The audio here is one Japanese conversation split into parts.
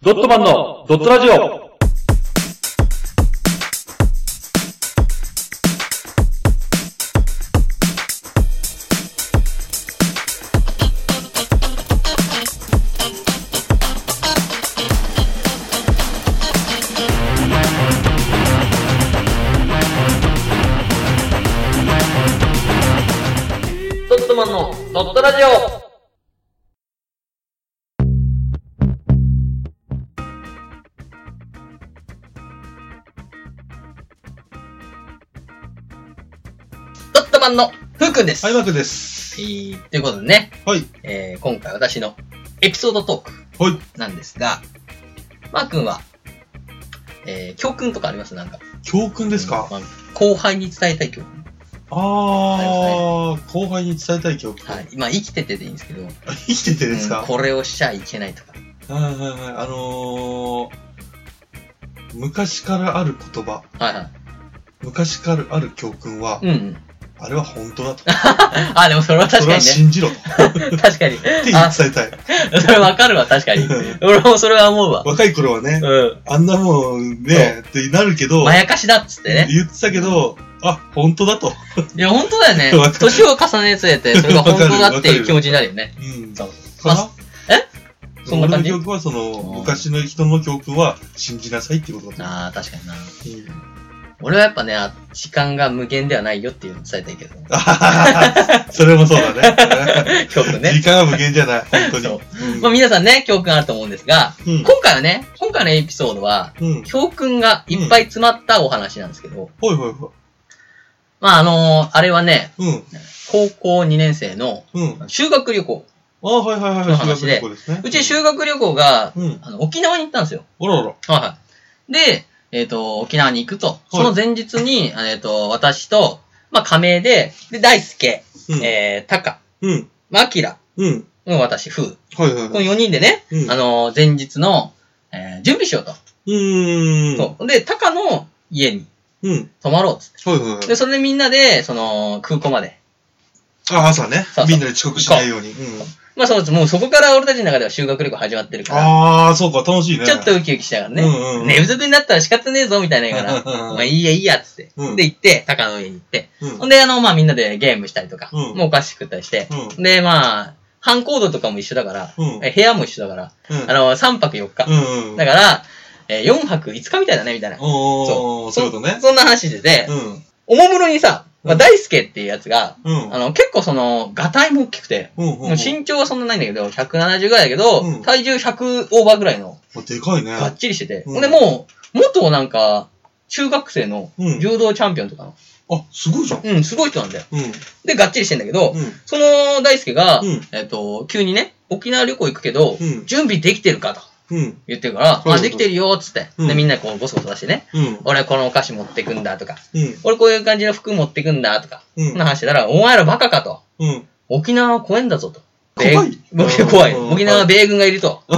ドットマンのドットラジオドットマンのドットラジオドットマンのふうくんです。はい、はマークです。いということでね、はい。えー今回私のエピソードトーはい。クなんですが、まーくんは、えー教訓とかありますなんか。教訓ですか、まあ後輩に伝えたい教訓。あー、後輩に伝えたい教訓。はい。まあ生きててでいいんですけど、あ生きててですうんか、これをしちゃいけないとか。はいはいはい。あのー、昔からある言葉、はいはい。昔からある教訓は、うんうん。あれは本当だと。あ、でもそれは確それかはにね。信じろと。って確かに。言いあ、伝えたい。それわかるわ、確かに。俺もそれ は思うわ。 若い頃はね、うあんなもんね、ってなるけん。ど、まやかしだっつってね。言ってたけど、あ、本当だと。いや、本当だよねわかる。年を重ねてて、それが本当だっていう気持ちになるよね。うん。そうかなえそんな感じ俺の教訓は、その、うん昔の人の教訓は、信じなさいっていうことだああ、確かにな。と思う。うん俺はやっぱね、あ時間が無限ではないよっていうのを伝えたいけど、あはははそれもそうだね。教訓 ね時。間は無限じゃない、本当に。そううんまあ皆さんね、教訓あると思うんですが、うん今回はね、今回のエピソードは、うん。教訓がいっぱい詰まったお話なんですけど、ほいほいほまああのーあれはね、い。うん。高校2年生のうん。あ修学旅行。はいはいはいのはい。話で修学旅行ですね。うち修学旅行が、うん。あの沖縄に行ったんですよ。おらおら。はいはい。で、えっ、と、沖縄に行くと。その前日に、えっ、と、私と、まあ、仮名で、で、大輔、うん。えー、タカ、うん。まあ、アキラ、うん。うん、私、フー。はいはいこのはい。 4人でね、うんあの、前日の、えー準備しようと。うーん。そう。で、タカの家にうん。泊まろうっつっはいはいはいて。で、。それでみんなで、その、空港まで。あ、朝ねそうそう。みんなで遅刻しないように。うん。まあ、そうです。もうそこから俺たちの中では修学旅行始まってるから、あー、そうか、楽しいね。ちょっとウキウキしながらね、うんうん寝不足になったら仕方ねえぞ、みたいな言いながら、まあ、いいや、いいや、っつって。うんで、行って、タカの家に行って、うん。ほんで、あの、まあ、みんなでゲームしたりとか、うんもうお菓子食ったりして、うで、まあ、班コードとかも一緒だから、うんえ部屋も一緒だから、うん。あの、3泊4日。うん。うん。だから、え4泊5日みたいだね、みたいな。おー、そういうことね。そそんな話してて、うん。おもむろにさ、まあ、うん大輔っていうやつが、うん。あの、結構その、ガタイも大きくて、うんうんもう。うん身長はそんなないんだけど、170ぐらいだけど、うん体重100オーバーぐらいの、あでかいね。がっちりしてて、うんほんでもう、元なんか、中学生のうん柔道チャンピオンとかの、あ、すごいじゃん。うん、すごい人なんだよ。うん。で、がっちりしてんだけど、うん。その大輔が、うんえっと、急にね、沖縄旅行行くけど、うん準備できてるかとうん。言ってるから、そうそうあ、できてるよ、つって。うんで、みんなこう、ごそごそ出してね、うん。俺このお菓子持ってくんだとか、うん。俺こういう感じの服持ってくんだとか、うそんんな。話してたら、お前らバカかと。うん。沖縄は怖えんだぞと。米怖い米怖い。うん沖縄は米軍がいると。 米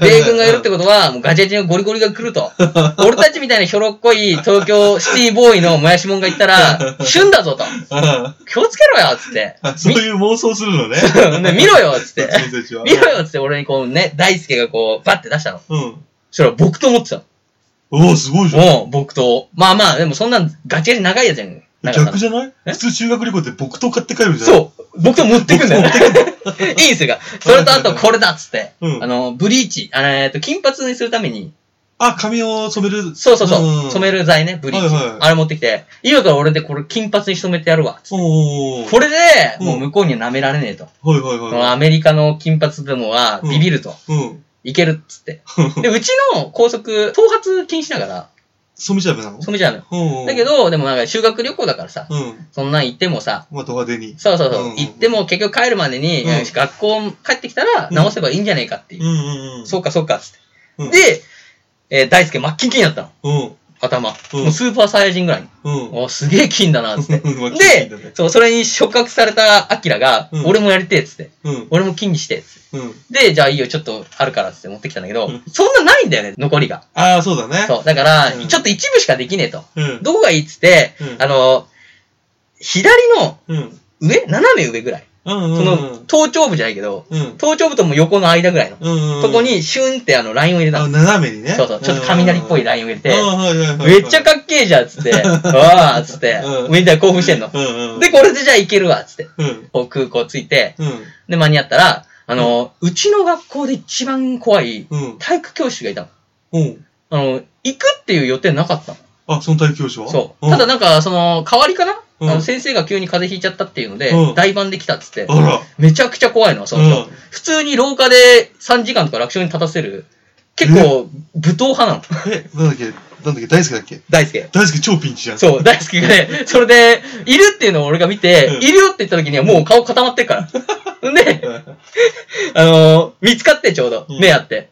米軍がいるってことは、もうガチャチンゴリゴリが来る と。俺たちみたいなひょろっこい東京シティボーイのもやしもんが行ったら、旬だぞと。あ気をつけろよつって。あ そういう妄想す るのね。みね見ろよつ って。君たちは見ろよっつって俺にこうね、大輔がこう、バッて出したの。うん。それは僕と思ってたおお、すごいじゃん。の。うん、僕と。まあまあ、でもそんなんガチガチ長いやつやん。なんかさ逆じゃないえ普通修学旅行って僕と買って帰るじゃん。う。そう、僕と持ってくんだよ。いいんすよ。それとあとこれだっつって。うんあの、ブリーチ、あのえっと、金髪にするために、あ、髪を染める。そうそうそう、ん染め。る剤ね、ブリーチ。はいはいあれ持ってきて、今から俺でこれ金髪に染めてやるわ。おお。これで、うんもう向こうには舐められねえと。はいはいこのはアメリカの金髪どもはうんビビると。い。うん。 いけるっつって。で、うちの高速、頭髪禁止だから、染めちゃダメなの染めちゃうのよ。うん。だけ、ど、でもなんか修学旅行だからさ、うん。そんなん行ってもさ、まあ、ド派手に。そうそうそう、うん行っても結局帰るまでに、うん学校帰ってきたらうん直せばいいんじゃねえかっていうう。んうんうん。そうかそうかっつって。うんで、えー大輔真っ金金やったの。うん。頭。うんもうスーパーサイヤ人ぐらいの。う ん。おすげえ金だなっつ って。うんで、、そう、それに触覚されたアキラが、うん俺もやりてえっつって。うん。俺も金にしてっつって。うん。で、じゃあいいよ、ちょっとあるからっつって持ってきたんだけど、うんそんなないんだよね、残りが。ああ、そうだね。そう。だから、うんちょっと一部しかできねえと。うん。どこがいいっつって、うんあの、左のうん。上斜め上ぐらい。うんうんうんうん。その、頭頂部じゃないけど、うん。頭頂部とも横の間ぐらいの。うんうん。そこ、にシュンってあの、ラインを入れたあ、の。斜めにね。そうそう。ちょっと雷っぽいラインを入れて、ンめっちゃかっけえじゃんっつって、わーっつってう、んみんなで興奮してんの。うんうんうん。で、、これでじゃあ行けるわっつって、うん。こう空港着いて、うん。で、間に合ったら、あの、うちの学校で一番怖いうん。体育教師がいたの。うん。あの、行くっていう予定なかったの。あ、その体育教師はそう。ただな、なんか、その、代わりかな、うんあの先生が急に風邪ひいちゃったっていうので、うん代番で来たっつって、あら。めちゃくちゃ怖いの、その人。うん普通に廊下で3時間とか楽勝に立たせる、結構、武闘派なの。 え、なんだっけ、なんだっけ、大好きだっけ大輔。大好き超ピンチじゃん。う。そう、大好きがね、それで、いるっていうのを俺が見て、うんいるよって言った時にはもう顔固まってる から。んで、 あのー見つかってちょうど、うん目合って、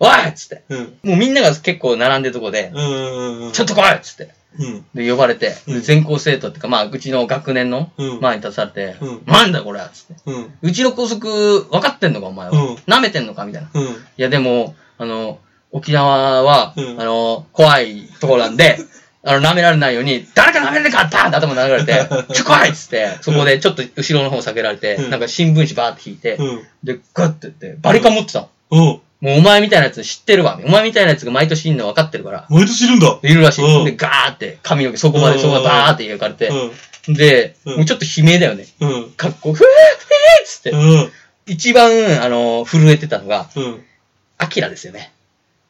おいっつって。うん。もうみんなが結構並んでるとこで、うん。ちょっとこ来いっつって。うん。で、呼ばれて、うでん全校生徒っていうか、まあ、うちの学年のうん前に立たされて、うんなんだこれっつって。うん。うちの校則分かってんのかお前は。うん舐めてんのかみたいな。いうん。や、でも、あの、沖縄は、うんあの、怖いところなん で、あの、舐められないように、誰か舐められるかバーンって頭殴られ て、ちょ、怖いっつって、そこでちょっと後ろの方避けられて、うんなんか新聞紙バーって引いて、うん。で、ガッてやって、バリカン持ってたの。おう。もうお前みたいなやつ知ってるわ。お前みたいなやつが毎年いるの分かってるから。毎年いるんだ。いるらしうい。んで、ガーって髪の毛、そこまで、そこまでバーって描かれて。で、うんもうちょっと悲鳴だよね。うん。うん。かっこ、ふえーふえーっつって。うん。一番、あの、震えてたのが、うん。アキラですよね。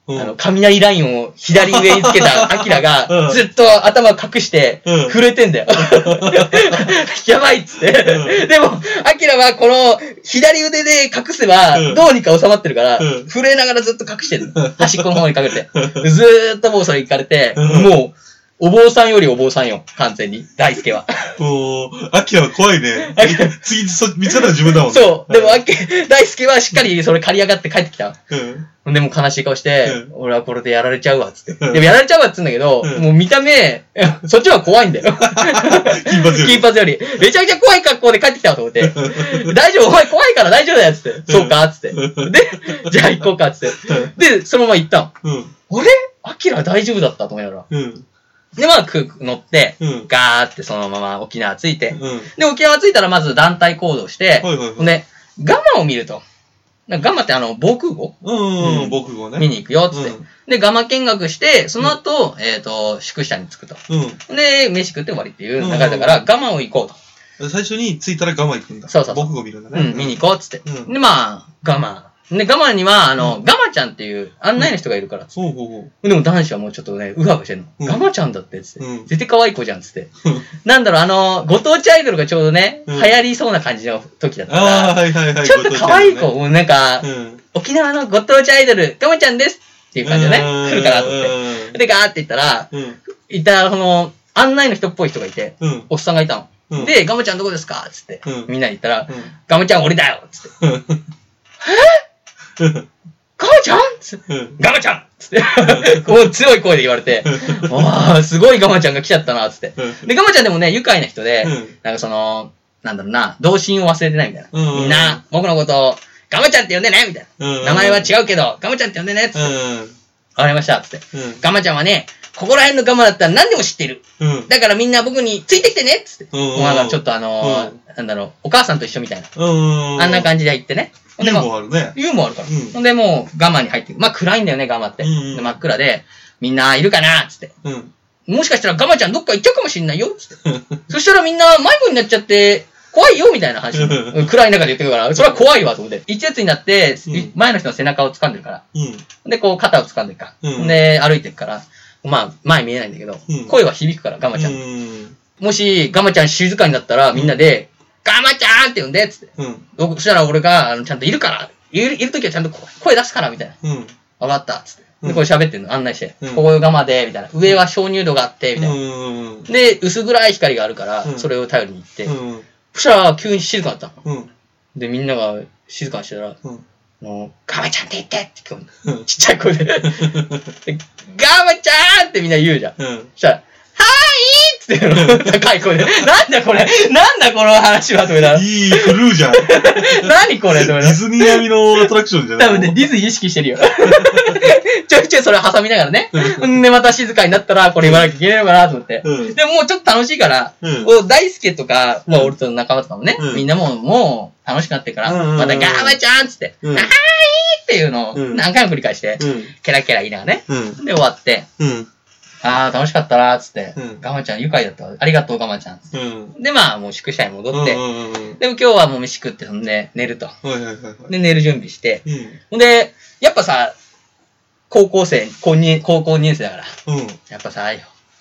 うん。あの、雷ラインを左上につけ たアキラうが、んずっと頭隠してうん、震えて んだよ。やばいっつって。うでも、アキラはこの左腕で隠せばう、んどうにか収まってるから、うん震えながらずっと隠して る。端っこの方に隠れて。うずーっともうそれ行かれて、うんもう、お坊さんよりお坊さんよ。完全に。大輔は。おー、アキラは怖いねアキラ。次、そ見つかったら自分だもんね。そう。でも、アあっけ、大輔はしっかりそれ借り上がって帰ってきた。うん。でも悲しい顔して、う俺はこれでやられちゃうわ、つって。うんでもやられちゃうわっつうんだけど、うんもう見た目、そっちは怖いんだよ。 金髪より。金髪より。めちゃくちゃ怖い格好で帰ってきたと思って。大丈夫、お前怖いから大丈夫だよ、つって。そうか、つって。うで、じゃあ行こうか、つって。うんで、そのまま行ったの。うん。あれアキラ大丈夫だったと思いながら。うん。で、まあ、空港乗って、うん。ガーってそのまま沖縄着いて。うん。で、沖縄着いたらまず団体行動して、はいはいはいほんで、ガマを見ると。なんかガマってあの、防空壕うんううんん、僕もね。見に行くよ、つって。うんで、ガマ見学して、その後、えっ、と、宿舎に着くと。うで、飯食って終わりっていう流れだから、ガマを行こうと。ん。最初に着いたら我慢行くんだ。そうそうそう僕が見るんだうね。ん、見に行こう、つって。うんで、まあ、ガマ。で、ガマには、あの、ガマちゃんっていう案内の人がいるから。そうほうほでも男子はもうちょっとね、うハうハしてんの。うんガマちゃんだって、つって。うん絶対可愛い子じゃん、つって。 う。なんだろう、あの、ご当地アイドルがちょうどね、うん流行りそうな感じの時だったから。ああ、はいはいはい。ちょっと可愛い子、ご当もうなんか、地だね。うん。っ沖縄のご当地アイドル、ガマちゃんですってていう感じでね、来るかなと思って。で、ガーって行ったら、うん。いた、その、案内の人っぽい人がいて、うん。おっさんがいたの。うんで、ガムちゃんどこですかつって、うんみんなに言ったら、うんガムちゃん俺だよつって、うん。ガムちゃんつって、うん。ガムちゃんつって、 もう強い声で言われて、わあ、すごいガムちゃんが来ちゃったな、つって。うんで、ガムちゃんでもね、愉快な人で、うんなんかその、なんだろうな、童心を忘れてないみたいな。うんうんうんみんな、僕のことを、ガムちゃんって呼んでねみたいな。うんうん名前は違うけど、ガムちゃんって呼んでねつって、わかりました、つって。うん。ガマちゃんはね、ここら辺のガマだったら何でも知ってる。うん。うん。だからみんな僕についてきてねっつって。うんうんうんもうなんかちょっとあのーうんなんだろう、お母さんと一緒みたいな。うん。あんな感じで行ってね。ほんでユーもモアあるねう、。ユーモアあるから。うんほんでもう、ガマに入ってくまあ暗いんだよね、ガマって。うんうんで真っ暗で、みんないるかなっつって。うん。 もしかしたらガマちゃんどっか行っちゃうかもしんないよっつって。そしたらみんな迷子になっちゃって、怖いよみたいな話。うんうん暗い中で言ってくるから、それは怖いわと思って。一列になってうん、前の人の背中を掴んでるから。うん。で、こう肩を掴んでるか。うんで、歩いてるから。まあ、前見えないんだけど、うん声は響くから、ガマちゃん。うん。もし、ガマちゃん静かになったら、みんなで、ガマちゃんって呼んで、つって。うん。そしたら俺が、あの、ちゃんといるから、いる、いるときはちゃんと声声出すから、みたいな。うん。わかった、つって。うで、んこれ喋ってんの、案内して。うんここがガマで、みたいな。上は鍾乳度があって、みたいな。うん。で、薄暗い光があるから、うんそれを頼りに行って。うん。そしたら、急に静かになったの。うん。で、みんなが静かにしてたら、あうん。の、ガマちゃんって言ってって 聞こえるうんちっちゃい声で。でガマちゃんってみんな言うじゃん。うん。そしたら、つって、あの高い声で、 なんだこれなんだこの話はとか言ったらいいクルーじゃん。デ何これとか言ィったらズニー並みのアトラクションじゃない多分ね、ディズニー意識 してるよ。ちょいちょいそれ挟みながらね。んで、また静かになったら、これ言わなきゃいけないのかなと思って。うん。でももうちょっと楽しいから、うんもう大輔とか、まあうん俺と仲間とかもね、うんみんなももう楽しくなってから、うんうんうんまたガーバちゃんっつって、うんはーいっていうのをうん何回も繰り返して、うん。ケラケラ言いながらね。うん。で、終わって、うん。あー楽しかったなーっつって、うんガマちゃん愉快だったわ。ありがとうガマちゃん。うん。で、まあもう宿舎に戻って、うんうんうんでも今日はもう飯食ってそんで寝ると。はいはいはいはい。で、寝る準備して。うん。ほんで、やっぱさ、高校生、高二高校2年生だから、うん。やっぱさ、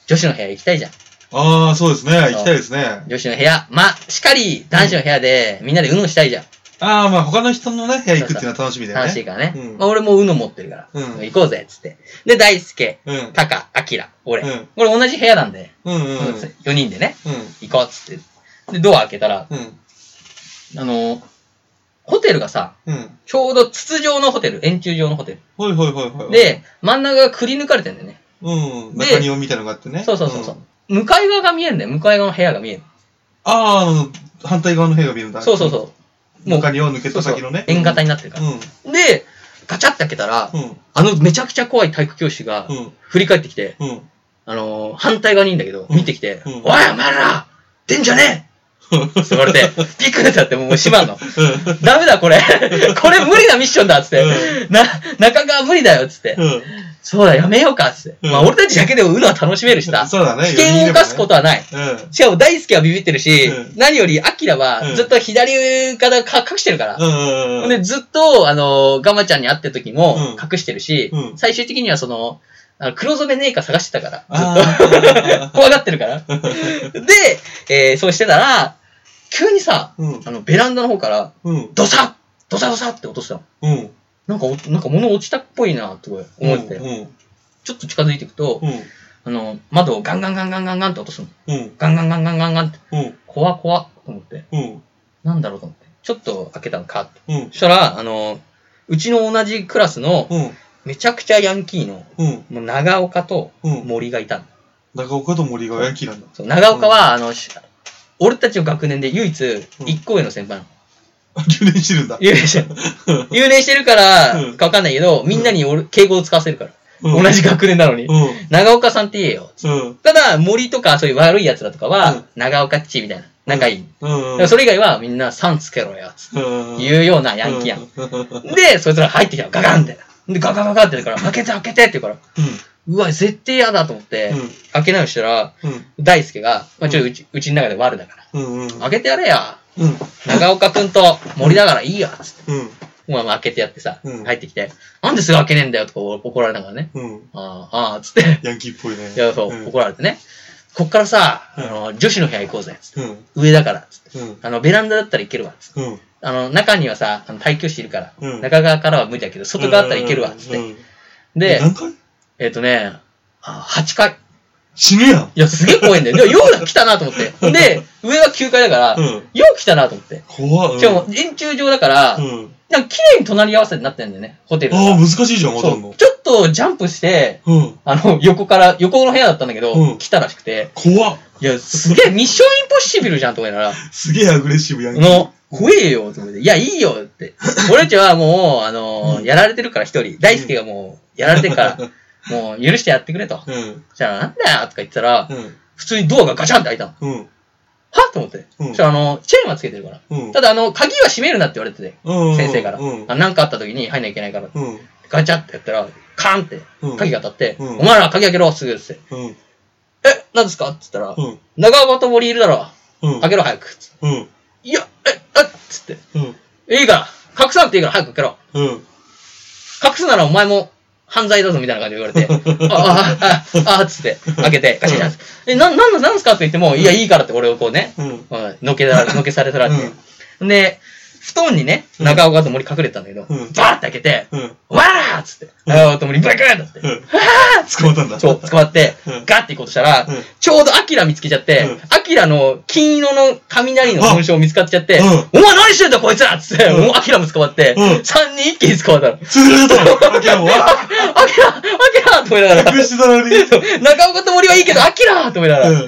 女子の部屋行きたいじゃん。ああ、そうですね。う行きたいですね。女子の部屋、まあ、しかり男子の部屋でみんなで UNO したいじゃん。ああ、まあ他の人のね、部屋行くっていうのは楽しみだよね。楽しいからね。うんまあ、俺も UNO 持ってるから、うん行こうぜ、っつって。で、大輔、うん。タカ、アキラ、俺。うん俺同じ部屋なんで、うんうん。うん。 4人でね、行こう、っつって。で、ドア開けたら、うん。あのーホテルがさ、うん。ちょうど筒状のホテル、円柱状のホテほいほいほいほル。い。、で、真ん中がくり抜かれてんだよね。うん。で中庭みたいなのがあってね。そうそうそうそう。向かい側が見えるんだよ。向かい側の部屋が見える。ああ、あの反対側の部屋が見えるんだ。そうそうそう。もう、中庭を抜けそたうそう先のね。円形になってるから。うで、ガチャって開けたら、ん。うん。あのめちゃくちゃ怖い体育教師がうん。振り返ってきて、うん。うん。あのー反対側にいいんだけど、うん見てきて、うんおい、お前ら出んじゃねえって言わ れて、ピックなっちゃって、もう閉まんの。ダメだ、これ。これ無理なミッションだっつって。うな、中川無理だよっつって。うん。そうだ、やめようかっつって。うんまあ、俺たちだけでもうのは楽しめるしさ。そうだね。危険を犯すことはない。と。うん。しかも大輔はビビってるし、うん何よりアキラはうんずっと左肩か隠してるから。うん。ほんで、ずっと、あのーガマちゃんに会ってる時もうん隠してるし、うん最終的にはその、あの黒染めねえか探してたから、ずっあと怖がってる から。で、えーそうしてたら、急にさ、うん。あの、ベランダの方から、うん。ドサッドサドサって落としたの。うん。なんかお、なんか物落ちたっぽいな、と思ってて、うん。ちょっと近づいていくと、うん。あの、窓をガンガンガンガンガンガンって落とすの。うん。ガンガンガンガンガンガンって、うん。怖怖と思って、うん。なんだろうと思って、ちょっと開けたのかと。うん。そしたら、あの、うちの同じクラスの、うん。めちゃくちゃヤンキーの、うん。もう長岡とうん。森がいたの。中岡と森がヤンキーなんだ。そう長岡は、あの、し俺たちの学年で唯一、うん一個上の先輩なの。留年してるんだ。留年してる。留年してるからうんかわかんないけど、みんなに俺敬語を使わせるから。同じ学年なのに。うん。長岡さんって言えよ。うん。ただ、森とかそういう悪い奴らとかうはん、長岡っちみたいな。仲いい。うん。だからそれ以外はみんな、さんつけろよ。つってうん。言うようなヤンキーやん。うで、そいつら入ってきたのガガンって。で、ガガガガって言うから、開けて開けてって言うから、うわ、絶対嫌だと思って、うん開けないようにしたら、ん。うん。大輔が、まあ、ちょ、うち、うちの中で悪だから、うん。うん。開けてやれや。うん。長岡くんと森だからいいや。つって。うん。まあまあ開けてやってさ、うん入ってきて、なんですぐ開けねえんだよとか怒られながらね。うん。ああ、ああ、つって。ヤンキーっぽいね。いや、そう、ん怒られてね。こっからさ、うんあの、女子の部屋行こうぜ。つってうん。上だから。つってうん。あの、ベランダだったらいけるわ。つってうん。あの、中にはさ、あの、耐久しているから、うん中側からは無理だけど、外側だったらいけるわ。つって。うん。で、何回えっ、とね、あ8階。死ぬやん。いや、すげえ怖いんだよ。でも、よう来たなと思って。で、上は9階だから、うよん。う来たなと思って。怖っ。しかも、円柱状だから、うん。なんか綺麗に隣り合わせになってるんだよね、ホテルがああ、難しいじゃん、わそかうんの。ちょっとジャンプして、うん。あの、横から、横の部屋だったんだけど、うん来たらしくて、怖っ。いや、すげえ、ミッションインポッシブルじゃんとか言いながら、すげえアグレッシブヤあンキー。の、怖えよ、と思って、いや、いいよって。俺たちはもう、あの、うんやられてるから一人、大輔がもう、やられてるから、もう許してやってくれと。うん。じゃあ、なんだよ、とか言ってたら、うん。普通にドアがガチャンって開いたの。うん。はっと思って。うんそしたらあの、チェーンはつけてるから。うん。ただあの、鍵は閉めるなって言われてて、うん先生から。うん。あなんかあった時に入んなきゃいけないから。うん。ガチャってやったら、カーンってうん鍵が当たって、うんお前ら鍵開けろ、すぐっつって。うん。え、なんですかって言ったうら、ん。長岡と森いるだろ。うん。開けろ、早く。つってうん。いや、え、え、っつって。うん。いいから、隠さなくていいから早く開けろ。うん。隠すならお前も犯罪だぞみたいな感じで言わ れて、ああ、ああ、ああ、つって、開けて、ガチャガチャって。え、な、なんだ、なんすかって言っても、いや、いいからって俺をこうね、うん。うんのけら、のけされたらって。で、布団にね、中岡と森隠れてたんだけど、うバんーって開けて、うん。わーっつって、中岡と森ブクーンだってう、ん。捕まったんだ。そう、捕まってうん、ガッて行こうとしたらうん、ちょうどアキラ見つけちゃってうん、アキラの金色の雷の紋章見つかっちゃって、うんお前何してんだこいつらっつって、うんもうアキラも捕まってうん、三人一気に捕まったの。ずーっと、アキラも、わアキラアキラと思いながら隠、してたのに。そう中岡と森はいいけど、アキラと思いながら、で、うん。も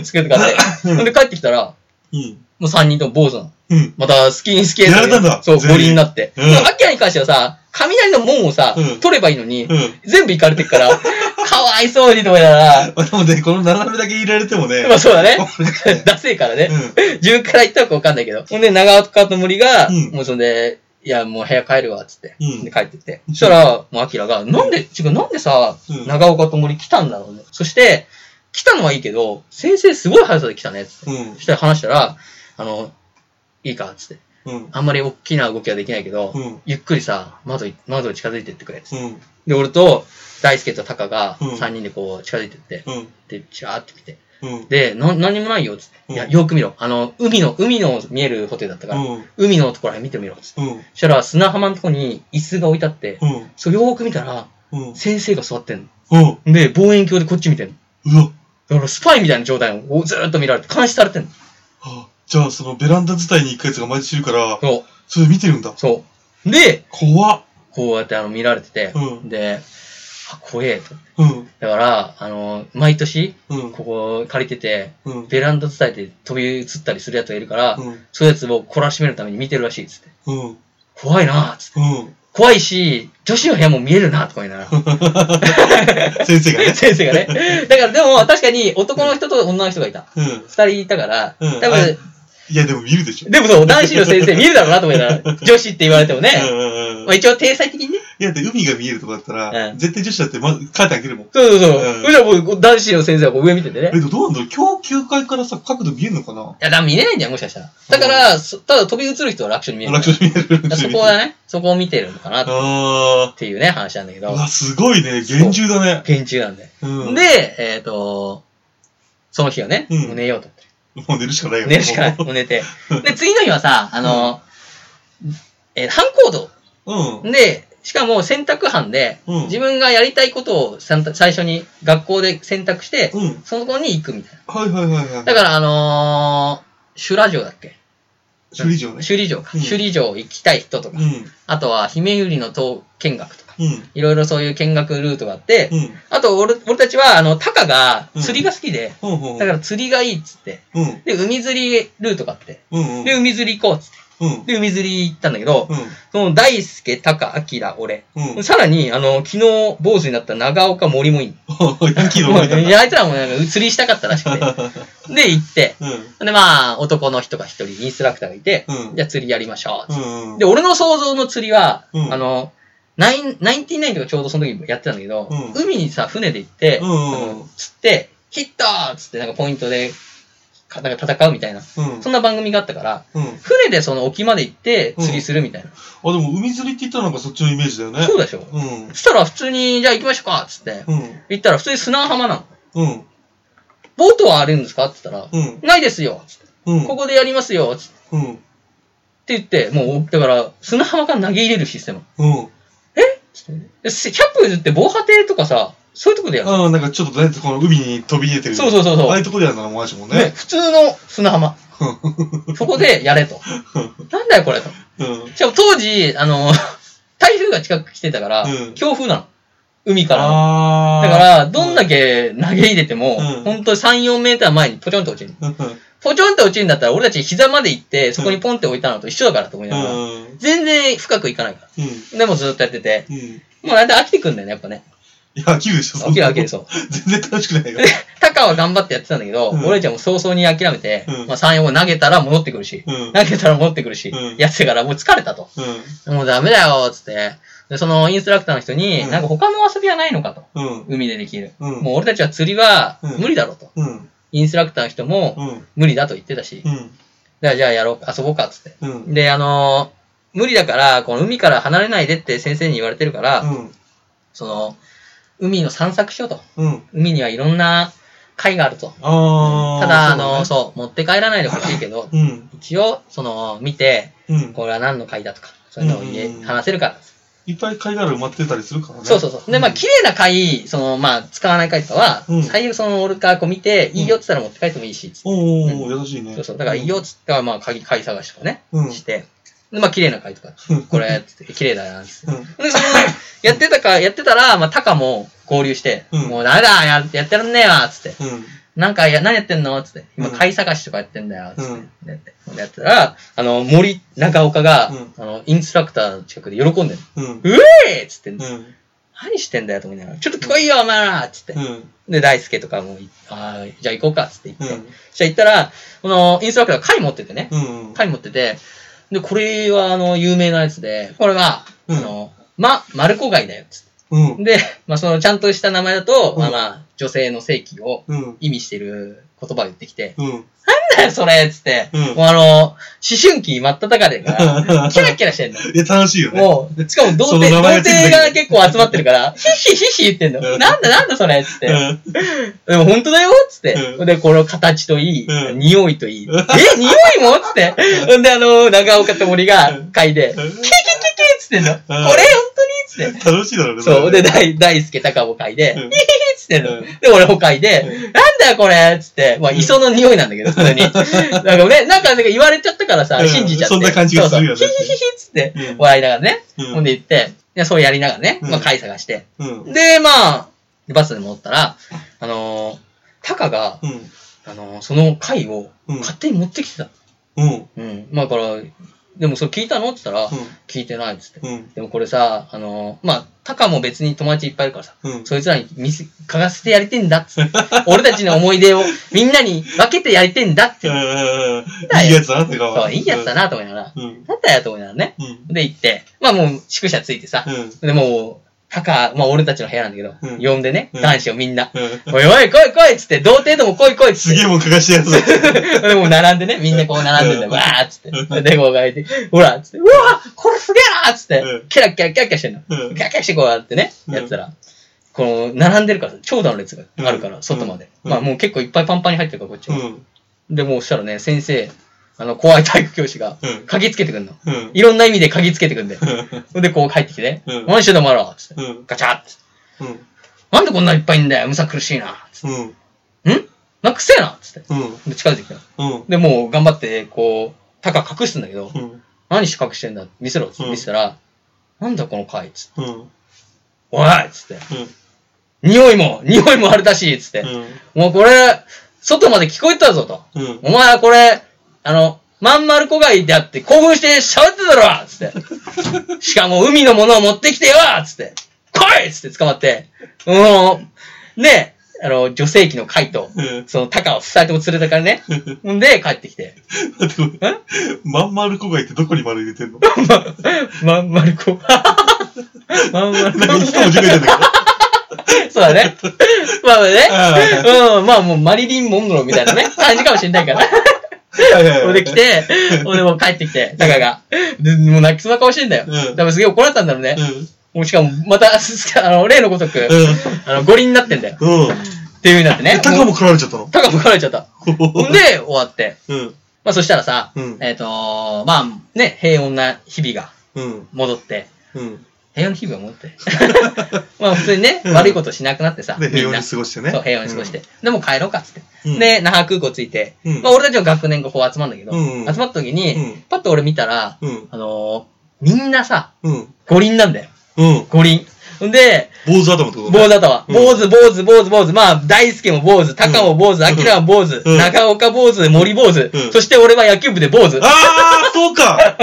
う作るとかって。うんほんで帰ってきたら、うん。もう三人とも坊主なの。うん。またスキンスケートで。やられたんだそう、全員五輪になって。ううんアキラに関してはさ、雷の門をさ、うん取ればいいのに、うん。全部行かれてっから、かわいそうにと思いながら、まあでもね、この斜めだけ入れられても ね。まあそうだねわかんない。ダセえからね。う自分から言ったのかわかんないけど。ほんで、長岡と森が、うんもうそんで、いや、もう部屋帰るわ、つって。うんで、帰ってって。そしたら、もう、アキラが、なんで、違う、なんでさ、うん長岡と森来たんだろうね。そして、来たのはいいけど、先生すごい速さで来たね、つって。うんそしたら話したら、あの、いいか、つって。うん。あんまり大きな動きはできないけど、うんゆっくりさ、窓い、窓に近づいてってくれ、つって。うん。で、俺と、大輔とタカがうん、 3人でこう、近づいてって、うん。で、チラーって見て。うん。で、な、何もないよ、つって。いや、うんよく見ろ。あの、海の、海の見えるホテルだったから、うん。海のところへ見てみろ、つって。うん。そしたら、砂浜のとこに椅子が置いてあって、うん。そう、よーく見たら、うん。先生が座ってんうん。の。で、望遠鏡でこっち見てんの。うわ。だから、スパイみたいな状態をずーっと見られて、監視されてんの。あじゃあ、そのベランダ自体に行くやつが毎日いるから、そう、それ見てるんだ。そう。で、怖っ。こうやってあの見られてて、うんで、あ、怖えと。うん。だから、あの、毎年、うん。ここ借りてて、うん。ベランダ伝えて飛び移ったりするやつがいるから、うん。そういうやつを懲らしめるために見てるらしい、つって。うん。怖いなーっつって。うん。怖いし、女子の部屋も見えるな、とか言いなが先生がねら。。先生がね。だからでも、確かに男の人と女の人がいた。うん。二人いたから、うん多分、いや、でも見るでしょ。でもそう、男子の先生見るだろうな、と思いながら、女子って言われてもね。うんうんうんまあ、一応、体裁的にね。いや、で、海が見えるとこだったら、うん絶対女子だって、まず、カーテン開けるもん。そうそうそうう。んそしたらもう、男子の先生はこう上見ててねえ。っと、どうなんだろう今日9階からさ、角度見えるのかないや、だから見れないんだよ、もしかしたら。だから、そただ飛び移る人は楽勝に見える。楽勝に見えるだからそこはね。ね、そこを見てるのかなっあていうね、話なんだけー。どう、わ、すごいね。厳重だね。研究なんで。うん。で、えっ、と、その日はね、うんもう寝ようと。もう寝るしかないよ寝るしかない。ももう寝て。で、次の日はさ、あの、えー班行動。うで、しかも選択班で、うん自分がやりたいことをさん最初に学校で選択して、うん。うん。そこに行くみたいな。はいはいはいはい。だから、あのー、修羅城だっけ修理場ね。修理城か。うん修理城行きたい人とかう、ん。あとは姫百合の塔見学とか、うん。いろいろそういう見学ルートがあって、うん。あと俺俺たちは、あの、タカが釣りが好きで、ほうほう。だから釣りがいいっつって、うん。で、海釣りルートがあって、うん。うん。で、海釣り行こうっつっうんて、。で、海釣り行ったんだけど、うん。その大輔、タカ、アキラ、俺。うん。さらに、あの、昨日、坊主になった長岡、森もいい。ヤンキーのも思ういだいやあいつらもなんか釣りしたかったらしく て。で、行って。うで、まあ、男の人が一人、インストラクターがいて、うんじゃあ釣りやりましょうっつって。ん。うん。で、俺の想像の釣りは、うんあの、ナイン、ナインティナインとかちょうどその時やってたんだけど、うん海にさ、船で行って、うんうんうんあの釣って、ヒットーっつってなんかポイントで、かなんか戦うみたいな、うん。そんな番組があったから、うん。船でその沖まで行って釣りするみたいな。あ、でも海釣りって言ったらなんかそっちのイメージだよね。そうでしょうんそ。したら普通に、じゃあ行きましょうかっつって、うん。行ったら普通に砂浜なの。うん。ボートはあるんですかって言ったら、うん。ないですよつってうん。ここでやりますよつってうん。って言って、もう、だから、砂浜から投げ入れるシステム。うん。で100歩譲って防波堤とかさ、そういうとこでやる。ああ、なんかちょっとね、この海に飛び出てる。そうそうそうそうああいうとこでやるならもうマジもんね、ね。普通の砂 浜。そこでやれと。なんだよこれと。うん。しかも当時、あの、 台風が近く来てたから、うん強風なの。海からの。ああ。だから、どんだけ投げ入れても、うん本当に3、4メーター前にポチョンと落ちる。うん。ポチョンと落ちるんだったら、俺たち膝まで行って、そこにポンって置いたのと一緒だからと思いながら、うん。全然深く行かないかうん。ら。でもずっとやってて、うん。いもうだいたい飽きてくんだよね、やっぱね。や、飽きるでしょ、飽きる飽きる、そそんうな。全然楽しく ないよで。、タカは頑張ってやってたんだけど、うん俺たちはもう早々に諦めて、うんまあ3、4投げたら戻ってくるし、うん投げたら戻ってくるし、うんやってたからもう疲れたと。もうダメだよ、つって。で、そのインストラクターの人に、うんなんか他の遊びはないのかと。うん。うん。海でできる。うんもう俺たちは釣りはうん無理だろうと。うん。インストラクターの人もうん。無理だと言ってたし。だうん。からじゃあやろう、遊ぼうか、つって。うん。で、あのー無理だから、この海から離れないでって先生に言われてるから、その、海の散策しようと。うん。うん。海にはいろんな貝があると。ああ。ただ、あの、そそう、持って帰らないでほしいけどう、だね。うん。一応、その、見て、うん。これは何の貝だとか、そういうのを言えうん話せるから。いっぱい貝殻埋まってたりするからね。そうそうそう。で、まあ、ん綺麗な貝、その、まあ、使わない貝とかは、うん最悪そのオルカーコ見て、いいよって言ったら持って帰ってもいいし、つっておーおー優しいね。そうそう。だから、いいよって言ったら、まあ、貝貝探しとかね、うん。して、で、まあ、綺麗な貝とか、うん。これ、つって綺麗だな、つって。うん。で、その、やってたか、やってたら、まあ、タカも合流して、うんもうダメだ、や、やってらんねえわ、つって。うん。なんか、や、何やってんのつって。今、うん貝探しとかやってんだよ、つって。うんでやってでやってたら、あの、森中岡が、うんあの、インストラクターの近くで喜んでる。うん。うえーっつって、うん。何してんだよ、と思いながら。ちょっと来いよ、お前らつってう。ん。で、大輔とかもい、あーじゃあ行こうか、つって言って。うんじゃあ行ったら、この、インストラクターが貝持っててね。うん。貝持ってて、で、これは、あの、有名なやつで、これは、うんあの、ま、マルコ貝だよ、つって。うん。で、まあ、そのちゃんとした名前だと、うんまあまあ、女性の性器をうん。意味してる言葉を言ってきて、うん。なんだよそれっつって、うんもうあの、思春期真っ只中で から、キラキラしてんの。え、楽しいよね。もう、しかも童その貞、名童前がついてる貞が結構集まってるから、ヒッヒッヒッヒッ言ってんうの。んなんだなんだそれっつって。 うでも本当だよっつって。うんで、この形といい、うん匂いといい。うんえ、匂いもっつって。ほんで、あの、長岡と森が嗅いで、キキキキん。っつってんの。これ本当にっつって。楽しいだろうね。そう。れで、ね大、大輔高も嗅いで、うヒんヒヒっつってんの。うんで、俺も嗅いで、うんなんだよこれっつって、まあ、うん磯の匂いなんだけど、普 通に。なんかね、なんか言われちゃったからさ、うん信じちゃって。そんな感じがするよねそうそうヒヒヒヒっつってうん、笑いながらね。うんほんで言って、でそうやりながらね、うんまあ、貝探して。うん。で、まあ、バスに戻ったら、あのー、タカが、うん。あのーその貝をうん勝手に持ってきてた。うん。うん。まあ、だから、でもそれ聞いたのって言ったら、う聞いてないっつって。ん。でもこれさ、あのーまあ、タカも別に友達いっぱいいるからさ、うん。そいつらに見せ、嗅がせてやりてんだっつって。 俺たちの思い出をみんなに分けてやりてんだって。いいやつだなってそう、いいやつだな。なと思いながら。うん。なんだよと思いながらね。うん。で行って、まあもう宿舎ついてさう、ん。でもう、タカ、まあ俺たちの部屋なんだけど、うん呼んでね、うん男子をみんな。うん。おいおい来い来いっつって、童貞ども来い来いっつすっげえもんかかしてるやつだ。て。 でもう並んでね、みんなこう並んでんだよ、うんわーっつって。うで、こうがいて、ほらっつって、うわーこれすげえなーっつっうてん、キラキラキラキラしてんの。うんキャッキャッしてこうやってね、やってたら、この、並んでるから、長蛇の列があるかうら、ん外まで。うんまあもう結構いっぱいパンパンに入ってるから、こっちうは。ん。で、もうしたらね、先生、あの、怖い体育教師がうん、鍵つけてくんの。うん。いろんな意味で鍵つけてくんで。ほんで、こう帰ってきてうねん、何してんだお前らつってうん。ガチャって。うん。なんでこんないっぱいいんだよむさ苦しいなつっうん。てんなんかくせえなつって。うん。で、近づいてきたの。うん。で、もう頑張って、こう、タカ隠すんだけど、うん。何して隠してんだ見せろつってうん見せたら、なんだこの貝つって。うん。うん。おいつって。匂いも、匂いもあるだしつって。もうこれ、外まで聞こえてたぞと。うん。お前はこれ、あの、まんまる子がいてあって興奮して喋ってたろつ って。しかも海のものを持ってきてよつって。来いつって捕まって。うん。で、あの、女性器の貝と、うん。そのタカを二人とも連れたからね。 んで、帰ってきて。待って、えまん丸子がいてどこに丸入れてんのまんまる 子。まんまるなんか子。一個もじめてんだそうだね。まああね。うん、まあもうマリリン・モンローみたい なね、感じかもしれないから。けど。はいはいはい俺で来。て、俺も帰ってきて、タカが。で、もう泣きそうな顔してんだよ。うん多分すげえ怒られたんだろうね。もうしかも、また、 すあの、例のごとく、あの、五輪になってんだよ。うん。うん。うん。っていう風になってねえ、。タカももう、食られちゃったのタカも怒られちゃった。ほんで、終わって。うん。まあそしたらさ、うんえっ、とまあね、平穏な日々がうん。戻って、うん。平穏な日々は戻って。 まあ普通にね、うん悪いことしなくなってさ、で、平穏に過そう、ごしてね。平穏に過ごして。でもう帰ろうかっつって。うんで、那覇空港着いて、うんまあ俺たちの学年がこう集まるんだけど、うん集まった時に、うんパッと俺見たら、うんあのーみんなさ、うん。うん。五輪なんだよ。うん。五輪。んで、坊主頭ってこと坊主だわ。うん坊主、坊主、坊主、坊主。まあ、大輔も坊主、高も坊主、うん明も坊主、うん中岡坊主、森坊主、うんそして俺は野球部で坊主。ああそうか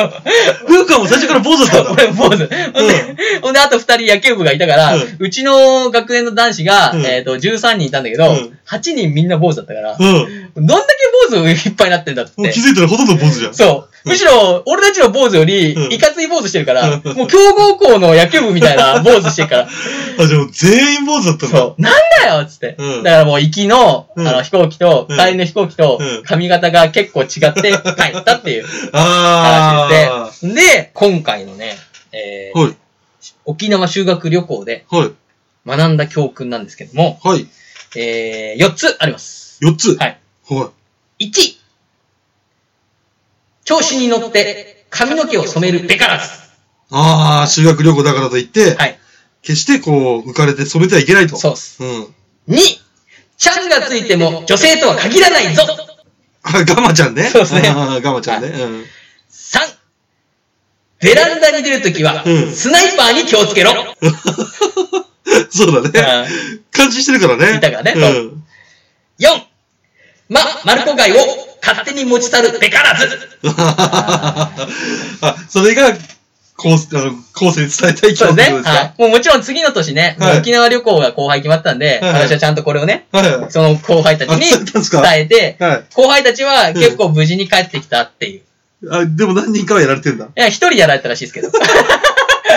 ふうかも最初から坊主だったんだ。俺も坊主。 ほんで、ほんであと二人野球部がいたから、ううんちの学年の男子が、うんえっ、と、13人いたんだけど、うん8人みんな坊主だったから、うん。どんだけ坊主いっぱいになってんだっつっもうて気。づいたらほとんど坊主じゃん。そう。むしろ、俺たちの坊主よりう、んいかつい坊主してるから、うんもう強豪校の野球部みたい な坊主してるから。あ、じゃあもう全員坊主だったんだ。そう。なんだよっつって。うんだからもう行きの、うんあの飛行機と、うん帰りの飛行機とうん、髪型が結構違って帰ったっていうあ話で。で、今回のね、えー。ーはい。沖縄修学旅行ではい。学んだ教訓なんですけども、はい。えー、4つあります。 4つ。はい。はい。 1、調子に乗って髪の毛を染めるべからず。ああ、修学旅行だからといって、はい。決してこう、浮かれて染めてはいけないと。そうっす。うん。 2、チャズがついても女性とは限らないぞ。あ、ガマちゃんね。そうっすねあーガマちゃんね。うん。 3、ベランダに出るときはう、んスナイパーに気をつけろ。そうだね。感じしてるからね。いたからねそう うん。 4、ま、マルコ貝を勝手に持ち去るべからず。あ、それが、こう、あの、後世に伝えたい気そう持ちでですね。すかはい。もうもちろん次の年ね、はい沖縄旅行が後輩決まったんで、はい私はちゃんとこれをね、はその後輩たちにあそうなんですか伝えて、い。はい。後輩たちは結構無事に帰ってきたっていう。いあ、でも何人かはやられてるんだ。や、一人やられたらしい ですけど。一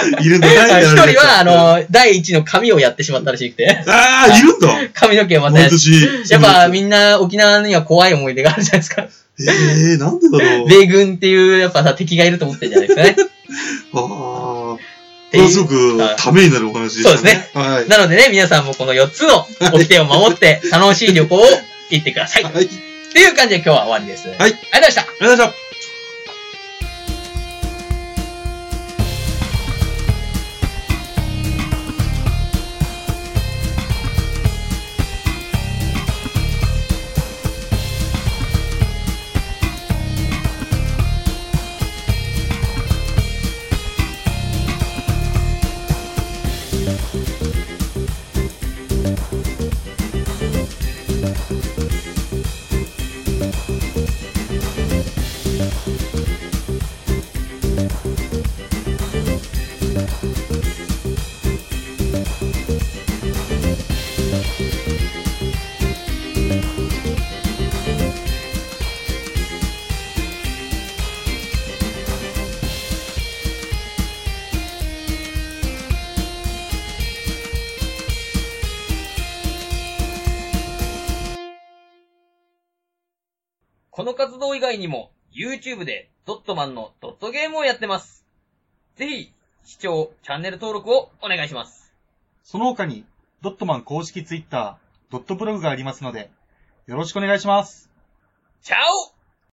いるんだ。人何人やられてるんだは、あの、第一の髪をやってしまったらしくて。 ああ、いるんだ。髪の毛をまたや毎って年。やっぱみんんな沖縄には怖い思い出があるじゃないですか。ええー、なんでだろう。米軍っていうやっぱさ敵がいると思ってるじゃないですか ね。ああ。ていもうのすごくはいためになるお話でしたね。そうですね。はい。なのでね、皆さんもこの4つの掟を守って楽しい旅行を行ってください。っはい。ていう感じで今日は終わりです。はいありがとうございました。ありがとうございました。この活動以外にも YouTube でドットマンのドットゲームをやってます。ぜひ視聴、チャンネル登録をお願いします。その他に、ドットマン公式ツイッター、ドットブログがありますので、よろしくお願いします。チャオ